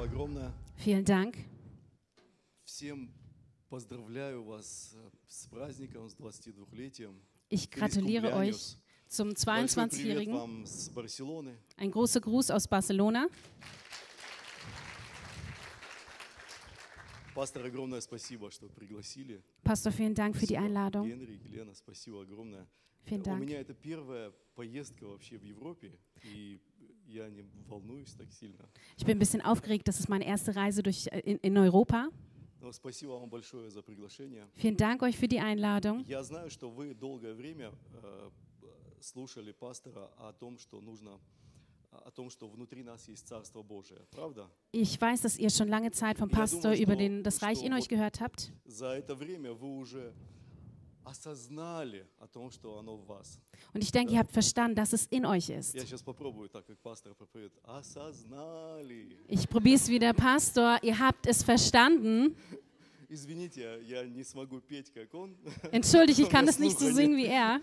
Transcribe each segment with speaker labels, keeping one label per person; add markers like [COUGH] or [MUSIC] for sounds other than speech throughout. Speaker 1: огромное.
Speaker 2: Vielen Dank.
Speaker 1: Всем поздравляю вас э, с праздником, с 22-летием.
Speaker 2: Ich
Speaker 1: Feliz
Speaker 2: gratuliere
Speaker 1: cumpleaños.
Speaker 2: euch zum
Speaker 1: Большой привет
Speaker 2: 22-Jährigen.
Speaker 1: вам с Барселоны.
Speaker 2: Ein großer Gruß aus Barcelona.
Speaker 1: Пастор, огромное спасибо, что пригласили.
Speaker 2: Pastor, vielen Dank für die
Speaker 1: Спасибо,
Speaker 2: Einladung.
Speaker 1: Генри, Елена, спасибо огромное.
Speaker 2: Vielen
Speaker 1: У
Speaker 2: Dank.
Speaker 1: меня это первая поездка вообще в Европе, и я не волнуюсь так сильно.
Speaker 2: Ich bin ein bisschen aufgeregt. Das ist meine erste Reise durch, äh, in, in Europa.
Speaker 1: Но спасибо вам большое за приглашение.
Speaker 2: Vielen Dank euch für die Einladung.
Speaker 1: Я знаю, что вы долгое время э, слушали пастора о том, что нужно, о том, что внутри нас есть Царство Божие, правда?
Speaker 2: Ich weiß, dass ihr schon lange Zeit vom
Speaker 1: Ja, du
Speaker 2: Pastor
Speaker 1: musst
Speaker 2: über
Speaker 1: nur-
Speaker 2: den, das
Speaker 1: musst
Speaker 2: Reich
Speaker 1: nur
Speaker 2: in euch
Speaker 1: gut-
Speaker 2: gehört habt.
Speaker 1: За это время вы уже осознали о том, что оно в вас.
Speaker 2: Und ich denke, ihr habt verstanden, dass es in euch
Speaker 1: Я
Speaker 2: ist.
Speaker 1: сейчас попробую так, как пастор проповедует. Осознали.
Speaker 2: Ich probiere es wieder, Pastor. Ihr habt es verstanden.
Speaker 1: Извините, я не смогу петь, как он. [LAUGHS]
Speaker 2: Entschuldigt, ich
Speaker 1: Komm,
Speaker 2: kann
Speaker 1: lass
Speaker 2: es nicht so
Speaker 1: nur
Speaker 2: singen wie er.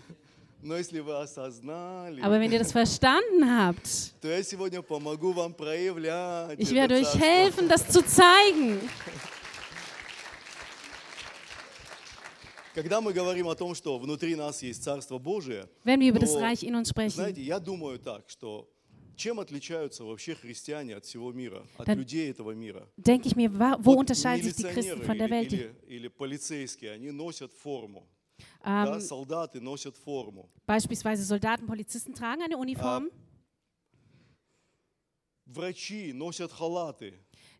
Speaker 1: Но если вы осознали,
Speaker 2: Aber wenn ihr das verstanden habt,
Speaker 1: то я сегодня помогу вам проявлять.
Speaker 2: ich
Speaker 1: это
Speaker 2: werde euch
Speaker 1: царство.
Speaker 2: helfen, das zu zeigen.
Speaker 1: Когда мы говорим о том, что внутри нас есть Царство Божие,
Speaker 2: Wenn wir über das
Speaker 1: то,
Speaker 2: Reich in uns sprechen,
Speaker 1: знаете, я думаю так, что чем отличаются вообще христиане от всего мира, от
Speaker 2: Dann-
Speaker 1: людей этого мира?
Speaker 2: denke ich mir, wa- wo
Speaker 1: Вот
Speaker 2: unterscheiden sich die Christen
Speaker 1: милиционеры
Speaker 2: von der
Speaker 1: или-
Speaker 2: Welt?
Speaker 1: Или, или полицейские, они носят форму. да,
Speaker 2: Ähm,
Speaker 1: солдаты носят форму.
Speaker 2: beispielsweise Soldaten, Polizisten tragen eine Uniform.
Speaker 1: Врачи носят халаты.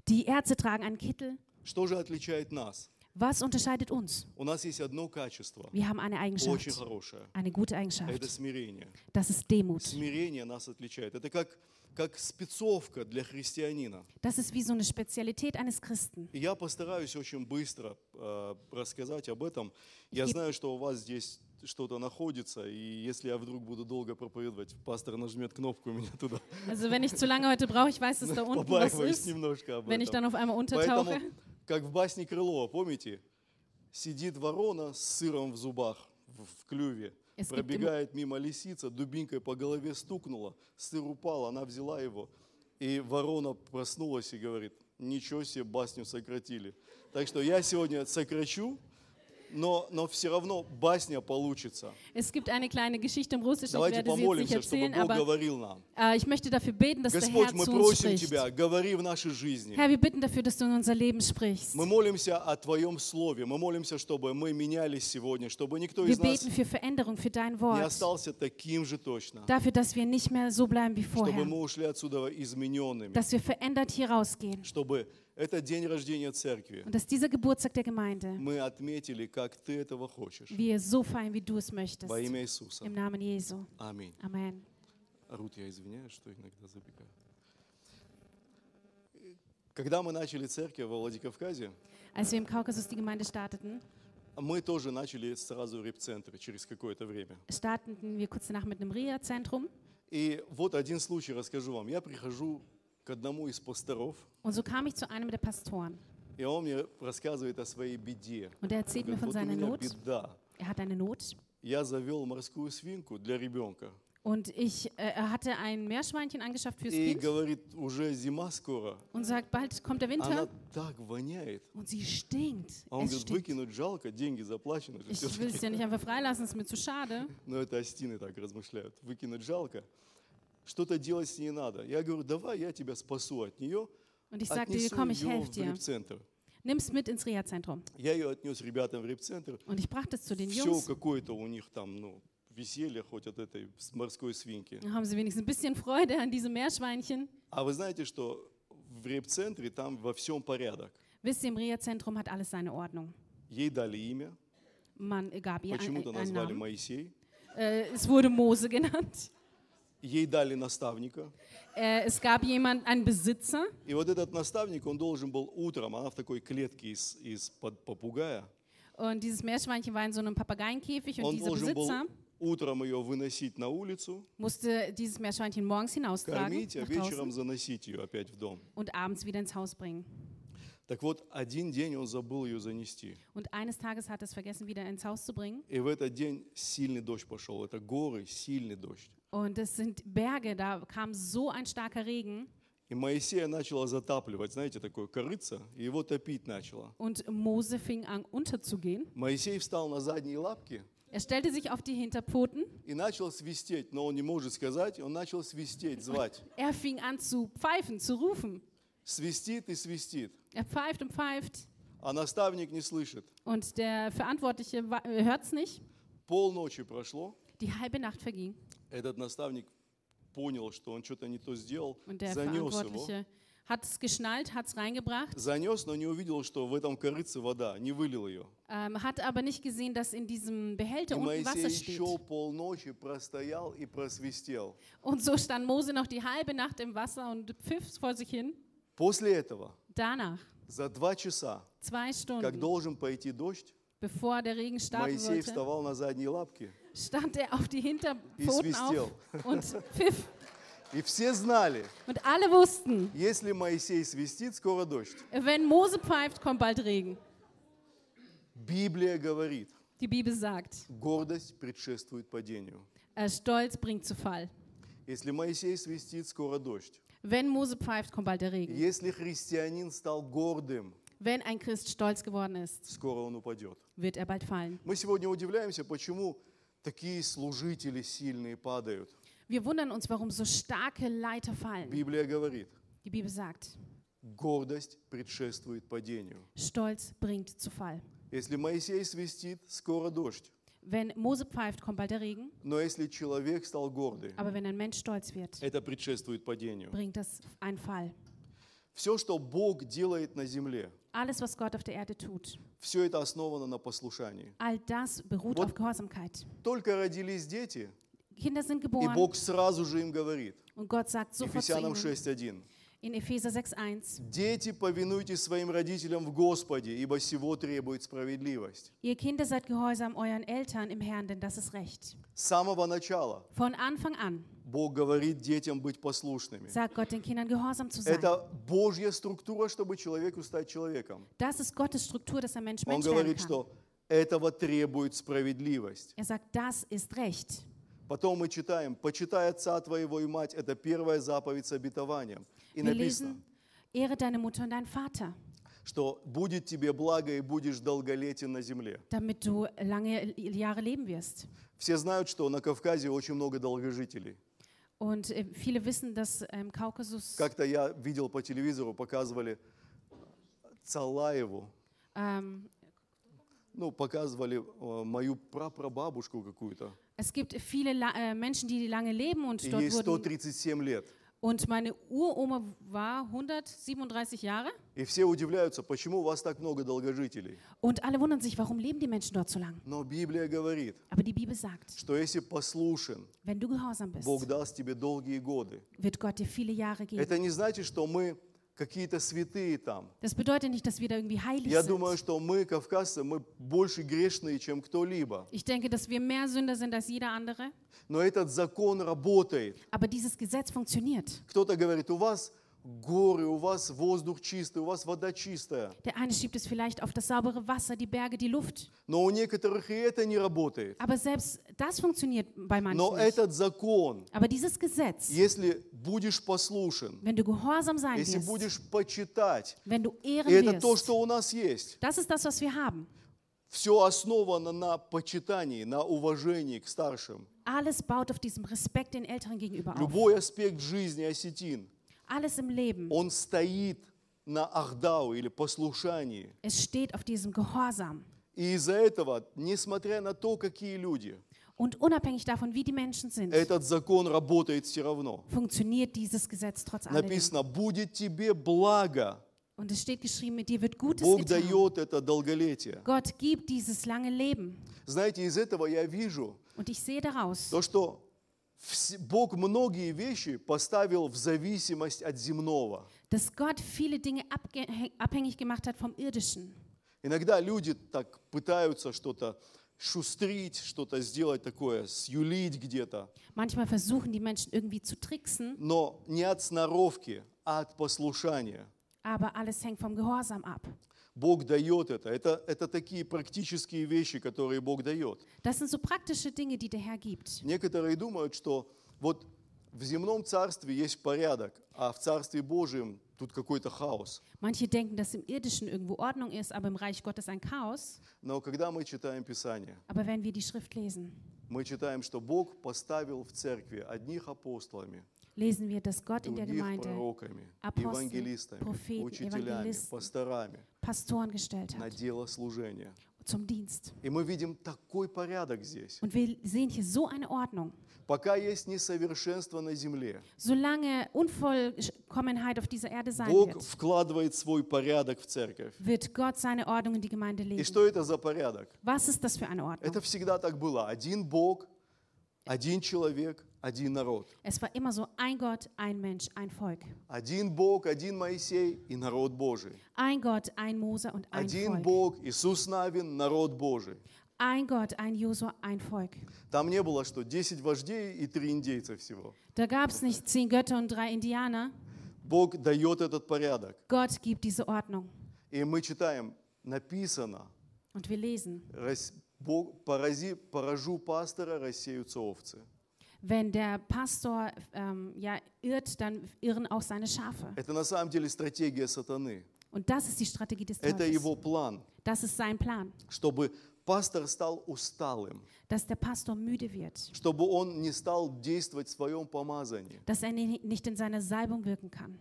Speaker 2: Die Ärzte tragen einen Kittel.
Speaker 1: Что же отличает нас?
Speaker 2: Was unterscheidet uns?
Speaker 1: У нас есть одно качество,
Speaker 2: Wir haben eine
Speaker 1: очень
Speaker 2: Eigenschaft,
Speaker 1: хорошее.
Speaker 2: eine
Speaker 1: Это
Speaker 2: gute Eigenschaft.
Speaker 1: смирение.
Speaker 2: Das Äh, ist Demut.
Speaker 1: Смирение нас отличает. Это как, как спецовка для христианина.
Speaker 2: Das ist wie so eine Spezialität eines Christen.
Speaker 1: И Я постараюсь очень быстро э, рассказать об этом. Я
Speaker 2: И-
Speaker 1: знаю, что у вас здесь что-то находится, и если я вдруг буду долго проповедовать, пастор нажмет кнопку у меня туда.
Speaker 2: Also wenn ich zu lange heute brauche, ich weiß, dass [LAUGHS] da unten was
Speaker 1: Побаиваюсь
Speaker 2: ist.
Speaker 1: немножко об
Speaker 2: Wenn ich dann
Speaker 1: этом.
Speaker 2: auf einmal
Speaker 1: Поэтому,
Speaker 2: untertauche.
Speaker 1: как в басне Крылова, помните? Сидит ворона с сыром в зубах, в, в клюве.
Speaker 2: Es gibt
Speaker 1: Пробегает мимо лисица, дубинкой по голове стукнула, сыр упал, она взяла его. И ворона проснулась и говорит, ничего себе, басню сократили. Так что я сегодня сокращу, но, но все равно басня получится.
Speaker 2: Es gibt eine kleine Geschichte im Russischen, ich
Speaker 1: Давайте
Speaker 2: werde sie jetzt nicht
Speaker 1: помолимся, чтобы
Speaker 2: erzählen,
Speaker 1: Бог
Speaker 2: aber
Speaker 1: говорил нам.
Speaker 2: äh, ich möchte dafür beten, dass der
Speaker 1: Господь,
Speaker 2: Herr
Speaker 1: мы
Speaker 2: zu uns
Speaker 1: просим
Speaker 2: spricht.
Speaker 1: Тебя, говори в нашей жизни.
Speaker 2: Herr, wir bitten dafür, dass du in unser Leben sprichst.
Speaker 1: Мы молимся о Твоем Слове. Мы молимся, чтобы мы менялись сегодня, чтобы никто
Speaker 2: Wir
Speaker 1: из нас
Speaker 2: beten für Veränderung, für dein
Speaker 1: не
Speaker 2: Wort.
Speaker 1: остался таким же точно.
Speaker 2: Dafür, dass wir nicht mehr so bleiben wie
Speaker 1: Чтобы
Speaker 2: vorher.
Speaker 1: мы ушли отсюда измененными.
Speaker 2: Dass wir verändert hier rausgehen.
Speaker 1: Чтобы этот день рождения церкви
Speaker 2: Und dass dieser Geburtstag der Gemeinde
Speaker 1: мы отметили, как Ты этого хочешь.
Speaker 2: wir so feiern, wie du es möchtest.
Speaker 1: Во имя Иисуса.
Speaker 2: Im Namen Jesu.
Speaker 1: Аминь.
Speaker 2: Amen.
Speaker 1: Рут, я извиняюсь, что иногда забегаю. Когда мы начали церковь во Владикавказе,
Speaker 2: Als wir im Kaukasus die Gemeinde starteten,
Speaker 1: мы тоже начали сразу реп-центры через какое-то время.
Speaker 2: starteten wir kurz danach mit einem Reha-Zentrum.
Speaker 1: И вот один случай расскажу вам. Я прихожу к одному из пасторов,
Speaker 2: Und so kam ich zu einem der Pastoren.
Speaker 1: и он мне рассказывает о своей беде.
Speaker 2: Und er erzählt mir
Speaker 1: Говорит,
Speaker 2: von
Speaker 1: вот у
Speaker 2: seiner
Speaker 1: меня
Speaker 2: Not.
Speaker 1: беда.
Speaker 2: Er hat eine Not.
Speaker 1: Я завел морскую свинку для ребенка.
Speaker 2: Und ich, äh, er hatte ein Meerschweinchen angeschafft fürs
Speaker 1: И
Speaker 2: Kind
Speaker 1: говорит, уже зима скоро.
Speaker 2: und sagt, bald kommt der
Speaker 1: Она
Speaker 2: Winter.
Speaker 1: так воняет.
Speaker 2: Und sie stinkt.
Speaker 1: А он
Speaker 2: Es
Speaker 1: говорит,
Speaker 2: stinkt.
Speaker 1: выкинуть жалко, деньги заплачены. же
Speaker 2: Ich will
Speaker 1: всё-таки».
Speaker 2: es ja nicht einfach freilassen, ist mir zu schade.
Speaker 1: Но это остины так размышляют. Выкинуть жалко. Что-то делать с ней надо. Я говорю, давай я тебя спасу от нее.
Speaker 2: Und ich sagte, ihr
Speaker 1: Отнесу
Speaker 2: komm, ich
Speaker 1: ее
Speaker 2: helfe
Speaker 1: в
Speaker 2: dir.
Speaker 1: репцентр.
Speaker 2: Nimm's mit ins Reha-Zentrum.
Speaker 1: Я ее отнес ребятам в репцентр.
Speaker 2: Und ich brachte es zu den
Speaker 1: Все
Speaker 2: Jungs.
Speaker 1: какое-то у них там, ну, веселье хоть от этой с- морской свинки.
Speaker 2: Dann haben sie wenigstens ein bisschen Freude an diesem Meerschweinchen.
Speaker 1: А вы знаете, что в реп-центре там во всем порядок.
Speaker 2: Wisst ihr, im Reha-Zentrum hat alles seine Ordnung.
Speaker 1: Ей дали имя,
Speaker 2: Man äh, gab ihr ein,
Speaker 1: почему-то
Speaker 2: ein, einen
Speaker 1: назвали
Speaker 2: Namen.
Speaker 1: Моисей.
Speaker 2: Äh, es wurde Mose [LAUGHS] genannt.
Speaker 1: Ей дали наставника.
Speaker 2: Äh, es gab jemand, einen Besitzer.
Speaker 1: И вот этот наставник, он должен был утром, она в такой клетке из, из под попугая,
Speaker 2: Und dieses Meerschweinchen war in so einem Papageienkäfig und
Speaker 1: он
Speaker 2: dieser
Speaker 1: должен был
Speaker 2: Besitzer
Speaker 1: утром ее выносить на улицу,
Speaker 2: musste dieses Meerschweinchen morgens hinaustragen
Speaker 1: кормить, а
Speaker 2: nach
Speaker 1: вечером
Speaker 2: draußen
Speaker 1: заносить ее опять в дом.
Speaker 2: und abends wieder ins Haus bringen.
Speaker 1: Так вот, один день он забыл ее занести.
Speaker 2: Und eines Tages hat er es vergessen, wieder ins Haus zu bringen.
Speaker 1: И в этот день сильный дождь пошел. Это горы, сильный дождь.
Speaker 2: Und es sind Berge, da kam so ein starker Regen.
Speaker 1: И Моисея начала затапливать, знаете, такое корыца, и его топить начала.
Speaker 2: Und Mose fing an unterzugehen.
Speaker 1: Моисей встал на задние лапки
Speaker 2: Er stellte sich auf die Hinterpfoten.
Speaker 1: и начал свистеть, но он не может сказать, он начал свистеть, звать.
Speaker 2: Er fing an zu pfeifen, zu rufen.
Speaker 1: Свистит и свистит,
Speaker 2: Er pfeift und pfeift.
Speaker 1: а наставник не слышит.
Speaker 2: Und der Verantwortliche hört es nicht.
Speaker 1: Полночи прошло,
Speaker 2: Die halbe Nacht verging.
Speaker 1: этот наставник понял, что он что-то не то сделал,
Speaker 2: Und der
Speaker 1: занес его.
Speaker 2: Verantwortliche hat es geschnallt, hat es reingebracht,
Speaker 1: Занес, но не увидел, что в этом корыце вода, не вылил ее.
Speaker 2: ähm, hat aber nicht gesehen, dass in diesem
Speaker 1: И
Speaker 2: Behälter unten
Speaker 1: Моисей
Speaker 2: Wasser steht.
Speaker 1: еще полночи простоял и просвистел.
Speaker 2: Und so stand Mose noch die halbe Nacht im Wasser und pfiff vor sich hin.
Speaker 1: После этого,
Speaker 2: Danach,
Speaker 1: за два часа,
Speaker 2: zwei
Speaker 1: как
Speaker 2: Stunden,
Speaker 1: должен пойти дождь,
Speaker 2: bevor der Regen starten
Speaker 1: Моисей
Speaker 2: wollte,
Speaker 1: вставал на задние лапки.
Speaker 2: stand er auf die Hinterpfoten auf
Speaker 1: свистел.
Speaker 2: [LAUGHS] und pfiff.
Speaker 1: И все знали,
Speaker 2: Und alle wussten,
Speaker 1: если Моисей свистит, скоро дождь.
Speaker 2: wenn Mose pfeift, kommt bald Regen.
Speaker 1: Библия говорит,
Speaker 2: Die Bibel sagt,
Speaker 1: гордость предшествует падению.
Speaker 2: äh, Stolz bringt zu Fall.
Speaker 1: Если Моисей свистит, skoro дождь.
Speaker 2: Wenn Mose pfeift, kommt bald der Regen.
Speaker 1: Если христианин стал гордым,
Speaker 2: Wenn ein Christ stolz geworden ist,
Speaker 1: скоро он упадет.
Speaker 2: wird er bald fallen.
Speaker 1: Мы сегодня удивляемся, почему такие служители сильные падают.
Speaker 2: Wir wundern uns, warum so starke Leiter fallen.
Speaker 1: Библия говорит,
Speaker 2: Die Bibel sagt,
Speaker 1: гордость предшествует падению.
Speaker 2: Stolz bringt zu Fall.
Speaker 1: Если Моисей свистит, скоро дождь.
Speaker 2: Wenn Mose pfeift, kommt bald der Regen.
Speaker 1: Но если человек стал гордый,
Speaker 2: Aber wenn ein Mensch stolz wird,
Speaker 1: это предшествует падению.
Speaker 2: bringt das einen Fall.
Speaker 1: Все, что Бог делает на земле,
Speaker 2: Alles, was Gott auf der Erde tut,
Speaker 1: все это основано на послушании.
Speaker 2: all das beruht
Speaker 1: What-
Speaker 2: auf Gehorsamkeit.
Speaker 1: Только родились дети,
Speaker 2: Kinder sind
Speaker 1: и
Speaker 2: geboren
Speaker 1: Бог сразу же им говорит,
Speaker 2: und Gott sagt sofort zu
Speaker 1: Ефесянам
Speaker 2: ihnen
Speaker 1: 6.1,
Speaker 2: in Epheser 6,1:
Speaker 1: «Дети, повинуйтесь своим родителям в Господе, ибо сего требует справедливость».
Speaker 2: Ihr Kinder seid gehorsam euren Eltern im Herrn, denn das ist Recht.
Speaker 1: С самого начала
Speaker 2: Von Anfang an
Speaker 1: Бог говорит детям быть послушными.
Speaker 2: sagt Gott den Kindern, gehorsam zu sein.
Speaker 1: Это Божья структура, чтобы человеку стать человеком.
Speaker 2: Das ist Gottes Struktur, dass ein Mensch
Speaker 1: Он
Speaker 2: Mensch werden
Speaker 1: говорит,
Speaker 2: kann.
Speaker 1: что этого требует справедливость.
Speaker 2: Er sagt, das ist Recht.
Speaker 1: Потом мы читаем, «Почитай отца твоего и мать» — это первая заповедь с обетованием. И
Speaker 2: Wir
Speaker 1: написано,
Speaker 2: lesen, ehre deine Mutter und deinen Vater,
Speaker 1: что «будет тебе благо и будешь долголетен на земле».
Speaker 2: damit du lange Jahre leben wirst.
Speaker 1: Все знают, что на Кавказе очень много долгожителей.
Speaker 2: Und äh, viele wissen, dass ähm, Kaukasus
Speaker 1: Как-то я видел по телевизору, показывали Цалаеву,
Speaker 2: ähm,
Speaker 1: ну, показывали э, мою прапрабабушку какую-то.
Speaker 2: es gibt viele La äh, Menschen, die lange leben und
Speaker 1: И
Speaker 2: dort
Speaker 1: ей
Speaker 2: wurden.
Speaker 1: 137 лет.
Speaker 2: Und meine Uroma war 137 Jahre.
Speaker 1: И все удивляются, почему у вас так много долгожителей.
Speaker 2: Und alle wundern sich, warum leben die Menschen dort so lang?
Speaker 1: Но Библия говорит,
Speaker 2: Aber die Bibel sagt,
Speaker 1: что если послушен,
Speaker 2: wenn du gehorsam bist,
Speaker 1: Бог даст тебе долгие годы.
Speaker 2: wird Gott dir viele Jahre geben.
Speaker 1: Это не значит, что мы какие-то святые там.
Speaker 2: Das bedeutet nicht, dass wir da irgendwie heilig
Speaker 1: Я думаю,
Speaker 2: sind.
Speaker 1: что мы, кавказцы, мы больше грешные, чем кто-либо.
Speaker 2: Ich denke, dass wir mehr Sünder sind als jeder andere.
Speaker 1: Но этот закон работает.
Speaker 2: Aber dieses Gesetz funktioniert.
Speaker 1: Кто-то говорит, у вас горы, у вас воздух чистый, у вас вода чистая.
Speaker 2: Der eine schiebt es vielleicht auf das saubere Wasser, die Berge, die Luft.
Speaker 1: Но у некоторых и это не работает.
Speaker 2: Aber selbst das funktioniert bei manchen
Speaker 1: Но
Speaker 2: nicht.
Speaker 1: этот закон,
Speaker 2: Aber dieses Gesetz,
Speaker 1: если будешь послушен,
Speaker 2: wenn du gehorsam sein
Speaker 1: если
Speaker 2: wirst,
Speaker 1: будешь почитать,
Speaker 2: wenn du ehren
Speaker 1: и это то,
Speaker 2: wirst,
Speaker 1: что у нас есть,
Speaker 2: das ist das, was wir haben.
Speaker 1: все основано на почитании, на уважении к старшим.
Speaker 2: Alles baut auf diesem Respekt den Älteren gegenüber auf.
Speaker 1: Любой аспект жизни осетин,
Speaker 2: Alles im Leben,
Speaker 1: он стоит на ахдау или послушании.
Speaker 2: es steht auf diesem Gehorsam.
Speaker 1: И из-за этого, несмотря на то, какие люди,
Speaker 2: Und unabhängig davon, wie die Menschen sind,
Speaker 1: этот закон работает все равно.
Speaker 2: funktioniert dieses Gesetz trotz allem.
Speaker 1: Написано, будет тебе благо.
Speaker 2: Und es steht geschrieben, mit dir wird Gutes
Speaker 1: Бог
Speaker 2: getan.
Speaker 1: дает это долголетие.
Speaker 2: Gott gibt dieses lange Leben.
Speaker 1: Знаете, из этого я вижу
Speaker 2: Und ich sehe daraus,
Speaker 1: то, что вс- Бог многие вещи поставил в зависимость от земного.
Speaker 2: dass Gott viele Dinge abge- abhängig gemacht hat vom Irdischen.
Speaker 1: Иногда люди так пытаются что-то шустрить, что-то сделать такое, сюлить где-то,
Speaker 2: Manchmal versuchen die Menschen irgendwie zu tricksen,
Speaker 1: но не от сноровки, а от послушания.
Speaker 2: aber alles hängt vom Gehorsam ab.
Speaker 1: Бог дает это. это. Это такие практические вещи, которые Bог дает.
Speaker 2: Das sind so praktische Dinge, die der Herr gibt.
Speaker 1: Некоторые думают, что вот в земном царстве есть порядок, а в царстве Божьем тут какой-то хаос.
Speaker 2: Manche denken, dass im Irdischen irgendwo Ordnung ist, aber im Reich Gottes ein Chaos.
Speaker 1: Но когда мы читаем Писание,
Speaker 2: Aber wenn wir die Schrift lesen,
Speaker 1: мы читаем, что Бог поставил в церкви одних апостолами,
Speaker 2: lesen wir, dass Gott in der
Speaker 1: других
Speaker 2: Gemeinde
Speaker 1: пророками,
Speaker 2: Apostel,
Speaker 1: евангелистами,
Speaker 2: Propheten,
Speaker 1: учителями,
Speaker 2: Evangelisten.
Speaker 1: пасторами
Speaker 2: Pastoren gestellt
Speaker 1: на
Speaker 2: hat
Speaker 1: дело служения.
Speaker 2: zum Dienst.
Speaker 1: И мы видим такой порядок здесь.
Speaker 2: Und wir sehen hier so eine Ordnung.
Speaker 1: Пока есть несовершенство на земле,
Speaker 2: Solange Unvollkommenheit auf dieser Erde sein
Speaker 1: Бог
Speaker 2: wird,
Speaker 1: вкладывает свой порядок в церковь.
Speaker 2: wird Gott seine Ordnung in die Gemeinde
Speaker 1: И
Speaker 2: legen.
Speaker 1: что это за порядок?
Speaker 2: Was ist das für eine Ordnung?
Speaker 1: Это всегда так было. Один Бог, один человек, один народ.
Speaker 2: Es war immer so ein Gott, ein Mensch, ein Volk.
Speaker 1: Один Бог, один Моисей и народ Божий.
Speaker 2: Ein Gott, ein Mose und ein
Speaker 1: Один
Speaker 2: Volk.
Speaker 1: Бог, Иисус Навин, народ Божий.
Speaker 2: Ein Gott, ein Josua, ein Volk.
Speaker 1: Там не было, что 10 вождей и 3 индейца всего.
Speaker 2: Da gab es nicht zehn Götter und drei Indianer.
Speaker 1: Бог дает этот порядок.
Speaker 2: Gott gibt diese Ordnung.
Speaker 1: И мы читаем, написано,
Speaker 2: Und wir lesen,
Speaker 1: «Рас- Бог, порази, поражу пастора, рассеются овцы.
Speaker 2: wenn der Pastor ähm, ja, irrt, dann irren auch seine Schafe.
Speaker 1: Это на самом деле стратегия сатаны.
Speaker 2: Und das ist die Strategie des
Speaker 1: Это
Speaker 2: Teufels.
Speaker 1: его план,
Speaker 2: Das ist sein Plan,
Speaker 1: чтобы пастор стал усталым,
Speaker 2: dass der Pastor müde wird,
Speaker 1: чтобы он не стал действовать в своем помазании.
Speaker 2: dass er ni- nicht in seiner Salbung wirken kann.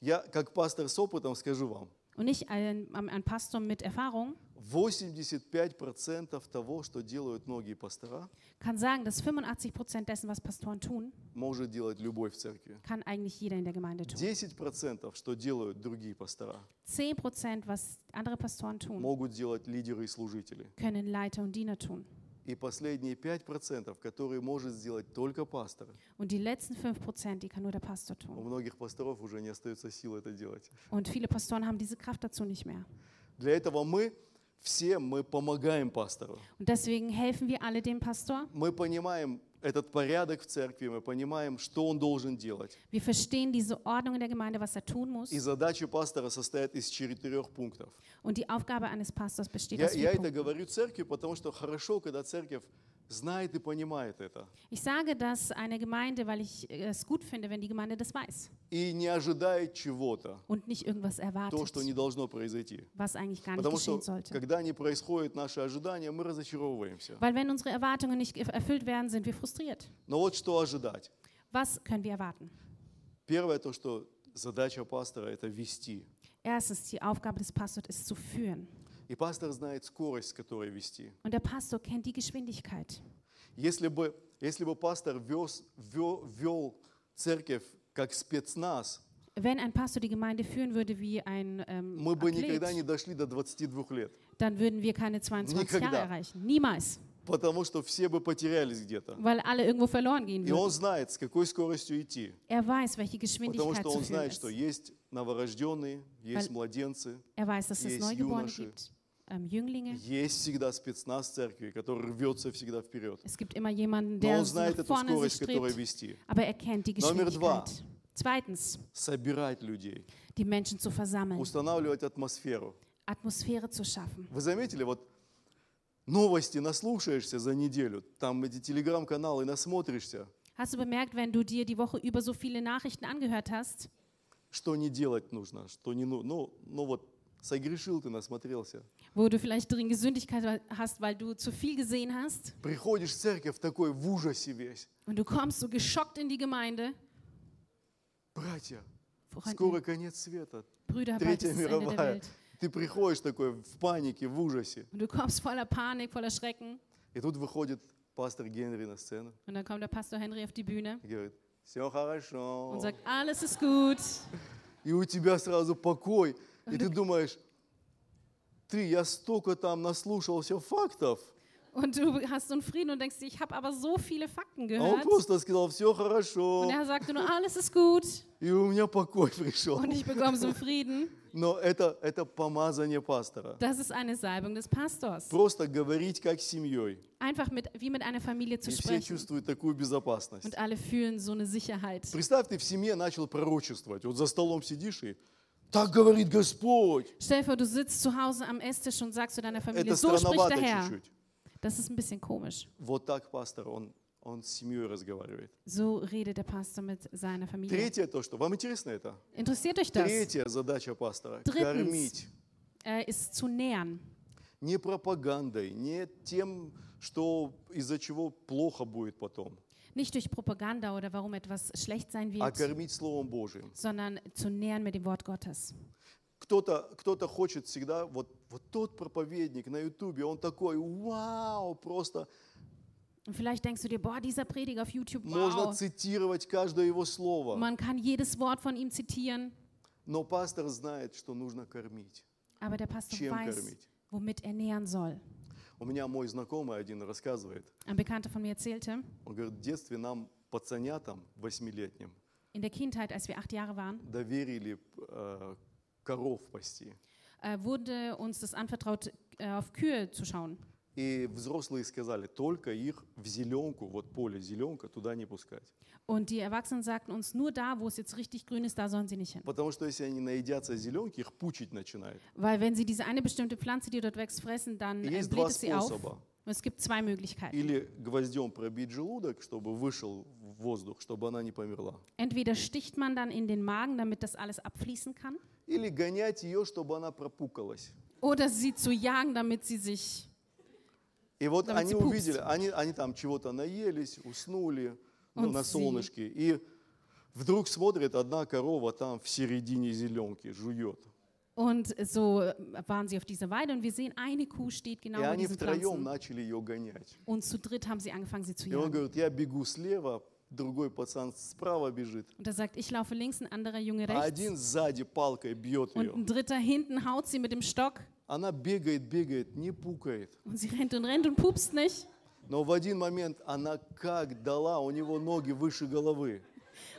Speaker 1: Я, как пастор с опытом, скажу вам,
Speaker 2: Und ich, ein, ein Pastor mit Erfahrung,
Speaker 1: 85% того, что делают многие пастора,
Speaker 2: kann sagen, dass 85 Prozent dessen, was Pastoren tun,
Speaker 1: может делать любой в церкви.
Speaker 2: kann eigentlich jeder in der Gemeinde tun.
Speaker 1: 10%, что делают другие пастора,
Speaker 2: 10 Prozent, was andere Pastoren tun,
Speaker 1: могут делать лидеры и служители.
Speaker 2: können Leiter und Diener tun.
Speaker 1: И последние 5%, которые может сделать только пастор.
Speaker 2: Und die letzten 5 Prozent, die kann nur der Pastor
Speaker 1: У
Speaker 2: tun.
Speaker 1: многих пасторов уже не остается сил это делать.
Speaker 2: Und viele Pastoren haben diese Kraft dazu nicht mehr.
Speaker 1: Для этого мы все мы помогаем пастору.
Speaker 2: Und deswegen helfen wir alle dem Pastor.
Speaker 1: Мы понимаем этот порядок в церкви, мы понимаем, что он должен делать.
Speaker 2: Wir verstehen diese Ordnung in der Gemeinde, was er tun muss.
Speaker 1: И задача пастора состоит из четырех пунктов.
Speaker 2: Und die Aufgabe eines Pastors besteht
Speaker 1: Я,
Speaker 2: aus
Speaker 1: я
Speaker 2: vier
Speaker 1: это
Speaker 2: Punkten.
Speaker 1: говорю церкви, потому что хорошо, когда церковь знает и понимает это.
Speaker 2: Ich sage das einer Gemeinde, weil ich äh, es gut finde, wenn die Gemeinde das weiß
Speaker 1: И не ожидает чего-то,
Speaker 2: und nicht irgendwas
Speaker 1: то, что не
Speaker 2: erwartet,
Speaker 1: должно произойти.
Speaker 2: was eigentlich gar nicht
Speaker 1: Потому что,
Speaker 2: geschehen sollte.
Speaker 1: когда не происходят наши ожидания, мы разочаровываемся.
Speaker 2: Weil wenn unsere Erwartungen nicht ge- erfüllt werden, sind wir frustriert.
Speaker 1: Но вот что ожидать.
Speaker 2: Was können wir erwarten?
Speaker 1: Первое то, что задача пастора – это вести.
Speaker 2: Erstens, die Aufgabe des Pastors ist zu führen.
Speaker 1: И пастор знает скорость, с которой вести.
Speaker 2: Und der Pastor kennt die Geschwindigkeit.
Speaker 1: Если бы, если бы пастор вез, вел, вел церковь как спецназ,
Speaker 2: Wenn ein Pastor die Gemeinde führen würde wie ein ähm,
Speaker 1: мы бы никогда
Speaker 2: Athlet,
Speaker 1: не дошли до 22 лет,
Speaker 2: dann würden wir keine 22 Jahre
Speaker 1: Никогда.
Speaker 2: erreichen. Niemals.
Speaker 1: потому что все бы потерялись где-то.
Speaker 2: Weil alle irgendwo verloren gehen
Speaker 1: И
Speaker 2: würden.
Speaker 1: он знает, с какой скоростью идти,
Speaker 2: Er weiß, welche
Speaker 1: потому
Speaker 2: Geschwindigkeit
Speaker 1: что
Speaker 2: zu
Speaker 1: он
Speaker 2: führen
Speaker 1: знает, что
Speaker 2: ist.
Speaker 1: есть новорожденные, есть
Speaker 2: Weil-
Speaker 1: младенцы,
Speaker 2: Er weiß, dass es
Speaker 1: есть
Speaker 2: Neugeborene
Speaker 1: юноши.
Speaker 2: gibt, ähm, Jünglinge.
Speaker 1: есть всегда спецназ церкви, который рвется всегда вперед.
Speaker 2: Es gibt immer jemanden,
Speaker 1: Но
Speaker 2: der
Speaker 1: он
Speaker 2: so
Speaker 1: знает
Speaker 2: nach
Speaker 1: эту
Speaker 2: vorne
Speaker 1: скорость,
Speaker 2: sich
Speaker 1: которой
Speaker 2: strebt.
Speaker 1: вести.
Speaker 2: Aber er kennt die
Speaker 1: Номер два.
Speaker 2: Geschwindigkeit. Zweitens,
Speaker 1: Собирать людей,
Speaker 2: die Menschen zu versammeln,
Speaker 1: устанавливать атмосферу.
Speaker 2: Atmosphäre zu schaffen.
Speaker 1: Вы заметили, вот новости наслушаешься за неделю, там эти телеграм-каналы насмотришься,
Speaker 2: Hast du bemerkt, wenn du dir die Woche über so viele Nachrichten angehört hast,
Speaker 1: что не делать нужно, что не ну, ну, ну вот согрешил ты, насмотрелся.
Speaker 2: wo du vielleicht drin Gesündigkeit hast, weil du zu viel gesehen hast
Speaker 1: Приходишь в церковь такой в ужасе весь.
Speaker 2: und du kommst so geschockt in die Gemeinde?
Speaker 1: Братья, скоро
Speaker 2: Freunde,
Speaker 1: конец света,
Speaker 2: Brüder, bald
Speaker 1: Третья
Speaker 2: ist das Ende der
Speaker 1: мировая.
Speaker 2: Welt.
Speaker 1: Ты приходишь такой в панике, в ужасе.
Speaker 2: Und du kommst voller Panik, voller Schrecken.
Speaker 1: И тут выходит пастор Генри на сцену
Speaker 2: Und dann kommt der Pastor Henry auf die Bühne
Speaker 1: и говорит, все хорошо.
Speaker 2: und sagt, alles ist gut.
Speaker 1: И у тебя сразу покой. И ты думаешь, ты, я столько там наслушался фактов.
Speaker 2: Und du hast so einen Frieden und denkst dir, ich habe aber so viele Fakten
Speaker 1: А он
Speaker 2: gehört.
Speaker 1: просто сказал, все
Speaker 2: Und
Speaker 1: хорошо.
Speaker 2: er sagte nur, alles ist gut.
Speaker 1: И у меня покой [LAUGHS] пришел.
Speaker 2: Und ich bekomme so einen Frieden.
Speaker 1: Но это, это помазание пастора.
Speaker 2: Das ist eine Salbung des Pastors.
Speaker 1: Просто говорить как с семьей.
Speaker 2: Einfach mit, wie mit einer Familie
Speaker 1: И
Speaker 2: zu
Speaker 1: все
Speaker 2: sprechen.
Speaker 1: чувствуют такую безопасность.
Speaker 2: Und alle fühlen so eine Sicherheit.
Speaker 1: Представь, ты в семье начал пророчествовать. Вот за столом сидишь и так говорит Господь.
Speaker 2: Stell dir vor, du sitzt zu Hause am Esstisch und sagst zu deiner Familie,
Speaker 1: Это
Speaker 2: so spricht
Speaker 1: странновато
Speaker 2: der Herr.
Speaker 1: чуть-чуть.
Speaker 2: Das ist ein bisschen komisch.
Speaker 1: Вот так пастор, он, он с семьей разговаривает.
Speaker 2: So redet der Pastor mit seiner Familie.
Speaker 1: Третье то, что... Вам интересно это?
Speaker 2: Interessiert euch das?
Speaker 1: Третья задача пастора –
Speaker 2: Drittens.
Speaker 1: кормить.
Speaker 2: Äh, ist zu nähern.
Speaker 1: Не пропагандой, не тем, что из-за чего плохо будет потом,
Speaker 2: Nicht durch Propaganda oder warum etwas schlecht sein
Speaker 1: а
Speaker 2: wird,
Speaker 1: кормить Словом Божьим.
Speaker 2: sondern zu nähern mit dem Wort Gottes.
Speaker 1: Кто-то кто хочет всегда, вот, вот тот проповедник на Ютубе, он такой, вау, просто
Speaker 2: Und vielleicht denkst du dir, boah, dieser Prediger auf YouTube,
Speaker 1: можно
Speaker 2: wow.
Speaker 1: цитировать каждое его слово.
Speaker 2: Man kann jedes Wort von ihm zitieren,
Speaker 1: Но пастор знает, что нужно кормить.
Speaker 2: aber der Pastor
Speaker 1: Чем
Speaker 2: weiß,
Speaker 1: кормить?
Speaker 2: womit er nähern soll.
Speaker 1: У меня мой знакомый один рассказывает,
Speaker 2: Ein Bekannter von mir erzählte,
Speaker 1: он говорит, в детстве нам, пацанятам, восьмилетним,
Speaker 2: in der Kindheit, als wir acht Jahre waren,
Speaker 1: доверили э, коров пасти.
Speaker 2: äh, wurde uns das anvertraut, äh, auf Kühe zu schauen.
Speaker 1: И взрослые сказали, только их в зеленку, вот поле зеленка, туда не пускать.
Speaker 2: Und die Erwachsenen sagten uns, nur da, wo es jetzt richtig grün ist, da sollen sie nicht hin.
Speaker 1: Потому что если они наедятся зеленки, их пучить начинает.
Speaker 2: Weil wenn sie diese eine bestimmte Pflanze, die dort wächst, fressen, dann
Speaker 1: И
Speaker 2: äh,
Speaker 1: есть два
Speaker 2: bläht es sie auf.
Speaker 1: способа.
Speaker 2: Und es gibt zwei Möglichkeiten.
Speaker 1: Или гвоздем пробить желудок, чтобы вышел в воздух, чтобы она не померла.
Speaker 2: Entweder sticht man dann in den Magen, damit das alles abfließen kann,
Speaker 1: Или гонять ее, чтобы она пропукалась.
Speaker 2: oder sie zu jagen, damit sie sich.
Speaker 1: И вот
Speaker 2: Давайте
Speaker 1: они
Speaker 2: пупс.
Speaker 1: увидели, они, они там чего-то наелись, уснули ну,
Speaker 2: Он
Speaker 1: на
Speaker 2: си-
Speaker 1: солнышке. И вдруг смотрит, одна корова там в середине зеленки жует.
Speaker 2: Und so äh, waren sie auf dieser Weide und wir sehen, eine Kuh steht genau
Speaker 1: И
Speaker 2: bei
Speaker 1: они
Speaker 2: diesen
Speaker 1: втроем
Speaker 2: Pflanzen.
Speaker 1: начали ее гонять.
Speaker 2: Und zu dritt haben sie angefangen, sie zu
Speaker 1: И он
Speaker 2: jagen.
Speaker 1: говорит, я бегу слева, другой пацан справа бежит,
Speaker 2: Und er sagt, ich laufe links, ein anderer Junge
Speaker 1: а
Speaker 2: rechts.
Speaker 1: один сзади палкой бьет
Speaker 2: Und
Speaker 1: ее.
Speaker 2: ein dritter hinten haut sie mit dem Stock.
Speaker 1: Она бегает, бегает, не пукает.
Speaker 2: Und sie rennt und rennt und pupst nicht.
Speaker 1: Но в один момент она как дала, у него ноги выше головы.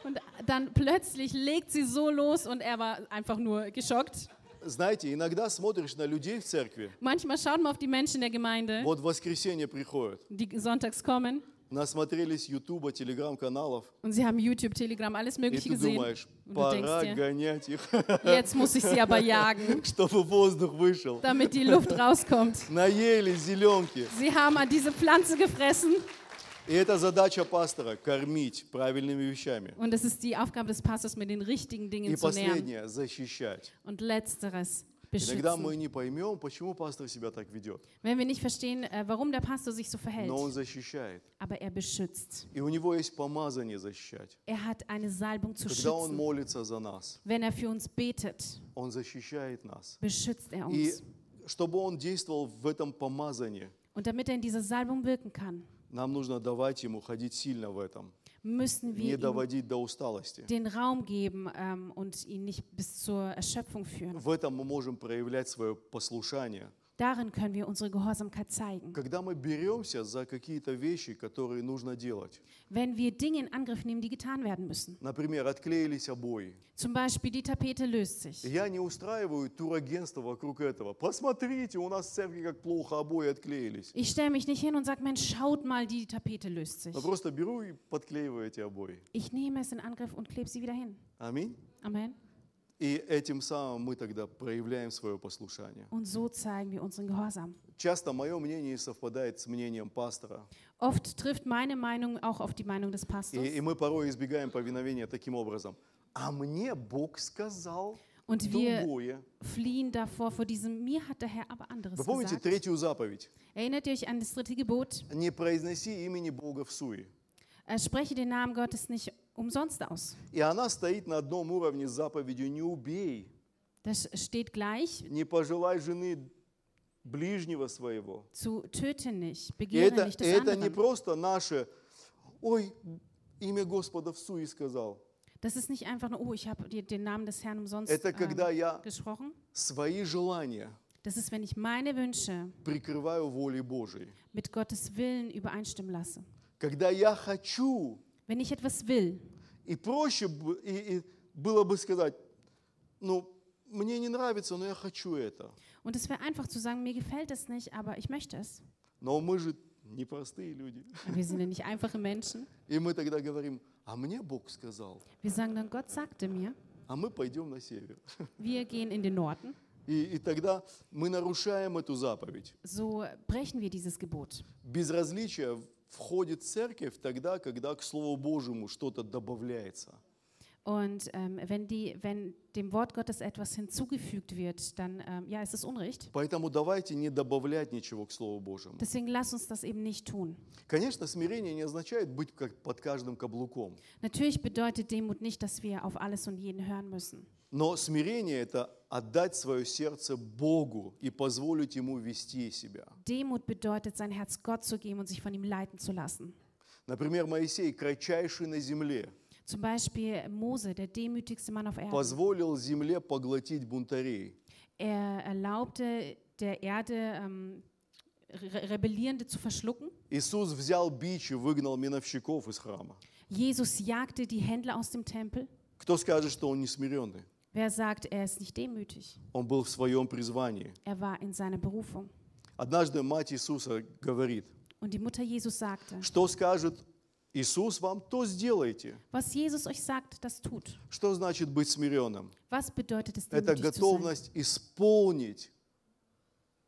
Speaker 2: Und dann plötzlich legt sie so los und er war einfach nur geschockt.
Speaker 1: Знаете, иногда смотришь на людей в церкви,
Speaker 2: Manchmal schaut man auf die Menschen der Gemeinde,
Speaker 1: вот в воскресенье приходят,
Speaker 2: die sonntags kommen
Speaker 1: насмотрелись ютуба, телеграм-каналов,
Speaker 2: und sie haben YouTube, Telegram, alles
Speaker 1: и
Speaker 2: Mögliche
Speaker 1: ты
Speaker 2: gesehen.
Speaker 1: думаешь,
Speaker 2: Und du
Speaker 1: пора
Speaker 2: denkst dir,
Speaker 1: гонять их, [LAUGHS]
Speaker 2: jetzt muss ich sie aber jagen,
Speaker 1: чтобы воздух вышел.
Speaker 2: damit die Luft rauskommt.
Speaker 1: Наели зеленки.
Speaker 2: Sie haben an diese Pflanze gefressen
Speaker 1: И это задача пастора – кормить правильными вещами.
Speaker 2: und es ist die Aufgabe des Pastors, mit den richtigen
Speaker 1: И
Speaker 2: Dingen zu nähern.
Speaker 1: последнее – защищать.
Speaker 2: Und letzteres,
Speaker 1: Иногда
Speaker 2: beschützen.
Speaker 1: мы не поймем, почему пастор себя так ведет,
Speaker 2: Wenn wir nicht verstehen, äh, warum der Pastor sich so verhält,
Speaker 1: но он защищает.
Speaker 2: aber er beschützt.
Speaker 1: И у него есть помазание защищать.
Speaker 2: Er hat eine Salbung zu
Speaker 1: Когда он
Speaker 2: schützen.
Speaker 1: молится за нас,
Speaker 2: Wenn er für uns betet,
Speaker 1: он защищает нас.
Speaker 2: beschützt er
Speaker 1: И
Speaker 2: uns.
Speaker 1: чтобы он действовал в этом помазании,
Speaker 2: Und damit er in dieser Salbung wirken kann,
Speaker 1: нам нужно давать ему ходить сильно в этом,
Speaker 2: müssen
Speaker 1: не
Speaker 2: wir ihm
Speaker 1: доводить до усталости.
Speaker 2: den Raum geben ähm, und ihn nicht bis zur Erschöpfung führen.
Speaker 1: В этом мы можем проявлять свое послушание.
Speaker 2: Darin können wir unsere Gehorsamkeit zeigen.
Speaker 1: Когда мы беремся за какие-то вещи, которые нужно делать,
Speaker 2: Wenn wir Dinge in Angriff nehmen, die getan werden müssen.
Speaker 1: например, отклеились обои,
Speaker 2: Zum Beispiel die Tapete löst sich.
Speaker 1: Я не устраиваю турагентство вокруг этого. Посмотрите, у нас в церкви как плохо обои отклеились.
Speaker 2: Ich stelle mich nicht hin und sage, Mensch, schaut mal, die Tapete löst sich.
Speaker 1: Но Ну, просто беру и подклеиваю эти обои.
Speaker 2: Ich nehme es in Angriff und klebe sie wieder hin.
Speaker 1: Аминь.
Speaker 2: Amen.
Speaker 1: И этим самым мы тогда проявляем свое послушание.
Speaker 2: Und so zeigen wir unseren Gehorsam.
Speaker 1: Часто мое мнение совпадает с мнением пастора.
Speaker 2: Oft trifft meine Meinung auch auf die Meinung des
Speaker 1: И,
Speaker 2: Pastors.
Speaker 1: и мы порой избегаем повиновения таким образом. А мне Бог сказал
Speaker 2: Und wir
Speaker 1: другое.
Speaker 2: fliehen davor vor diesem, mir hat der Herr aber anderes
Speaker 1: Вы помните
Speaker 2: gesagt.
Speaker 1: третью заповедь?
Speaker 2: Erinnert ihr euch an das dritte Gebot?
Speaker 1: Не произноси имени Бога в суе.
Speaker 2: Äh, spreche den Namen Gottes nicht umsonst aus.
Speaker 1: И она стоит на одном уровне с заповедью «не убей».
Speaker 2: Das steht gleich
Speaker 1: не пожелай жены ближнего своего.
Speaker 2: zu töte nicht,
Speaker 1: И
Speaker 2: begehre
Speaker 1: это,
Speaker 2: nicht das
Speaker 1: это не
Speaker 2: andere.
Speaker 1: просто наше, ой, имя Господа в суе сказал.
Speaker 2: Das ist nicht einfach nur, oh, ich habe dir den Namen des Herrn umsonst
Speaker 1: Это когда
Speaker 2: ähm,
Speaker 1: я
Speaker 2: gesprochen.
Speaker 1: свои желания
Speaker 2: Das ist, wenn ich meine Wünsche
Speaker 1: прикрываю волей Божией.
Speaker 2: mit Gottes Willen übereinstimmen lasse.
Speaker 1: Когда я хочу,
Speaker 2: Wenn ich etwas will,
Speaker 1: и проще б- и- и было бы сказать, ну, мне не нравится, но я хочу это.
Speaker 2: und es wäre einfach zu sagen, mir gefällt es nicht, aber ich möchte es.
Speaker 1: Но мы же непростые люди.
Speaker 2: Aber wir sind ja nicht einfache Menschen.
Speaker 1: И мы тогда говорим, а мне Бог сказал,
Speaker 2: Wir sagen dann, Gott sagte mir,
Speaker 1: а мы пойдем на север.
Speaker 2: wir gehen in den Norden.
Speaker 1: И- и тогда мы нарушаем эту заповедь.
Speaker 2: So brechen wir dieses Gebot.
Speaker 1: Безразличие входит в церковь тогда, когда к Слову Божьему что-то добавляется.
Speaker 2: Und ähm, wenn, die, wenn dem Wort Gottes etwas hinzugefügt wird, dann ähm, ja, ist es Unrecht.
Speaker 1: Поэтому давайте не добавлять ничего к Слову Божьему.
Speaker 2: Deswegen lass uns das eben nicht tun.
Speaker 1: Конечно, смирение не означает быть как под каждым каблуком,
Speaker 2: Natürlich bedeutet Demut nicht, dass wir auf alles und jeden hören müssen.
Speaker 1: но смирение – это отдать свое сердце Богу и позволить Ему вести себя.
Speaker 2: Demut bedeutet, sein Herz Gott zu geben und sich von ihm leiten zu lassen.
Speaker 1: Например, Моисей, кратчайший на земле,
Speaker 2: Zum Beispiel Mose, der demütigste Mann auf Erden.
Speaker 1: позволил земле поглотить бунтарей.
Speaker 2: Er erlaubte der Erde, ähm, Re Rebellierende zu verschlucken.
Speaker 1: Иисус взял бич и выгнал миновщиков из храма.
Speaker 2: Jesus jagte die Händler aus dem Tempel.
Speaker 1: Кто скажет, что он не смиренный?
Speaker 2: Wer sagt, er ist nicht demütig?
Speaker 1: Он был в своем призвании.
Speaker 2: Er war in seiner Berufung.
Speaker 1: Однажды мать Иисуса говорит,
Speaker 2: Und die Mutter Jesus sagte,
Speaker 1: что скажет Иисус вам, то сделайте.
Speaker 2: was Jesus euch sagt, das tut.
Speaker 1: Что значит быть смиренным?
Speaker 2: Was bedeutet es,
Speaker 1: Это
Speaker 2: demütig zu sein?
Speaker 1: готовность исполнить,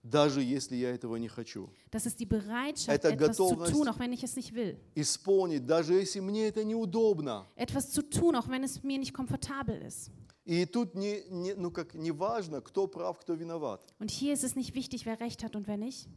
Speaker 1: даже если я этого не хочу.
Speaker 2: Das ist die Bereitschaft,
Speaker 1: Это
Speaker 2: etwas zu
Speaker 1: готовность-
Speaker 2: tun, auch wenn ich es nicht will.
Speaker 1: Исполнить, даже если мне это неудобно.
Speaker 2: Etwas zu tun, auch wenn es mir nicht komfortabel ist.
Speaker 1: И тут не, не- ну как, не важно, кто прав, кто виноват.
Speaker 2: Und hier ist es nicht wichtig, wer recht hat und wer nicht.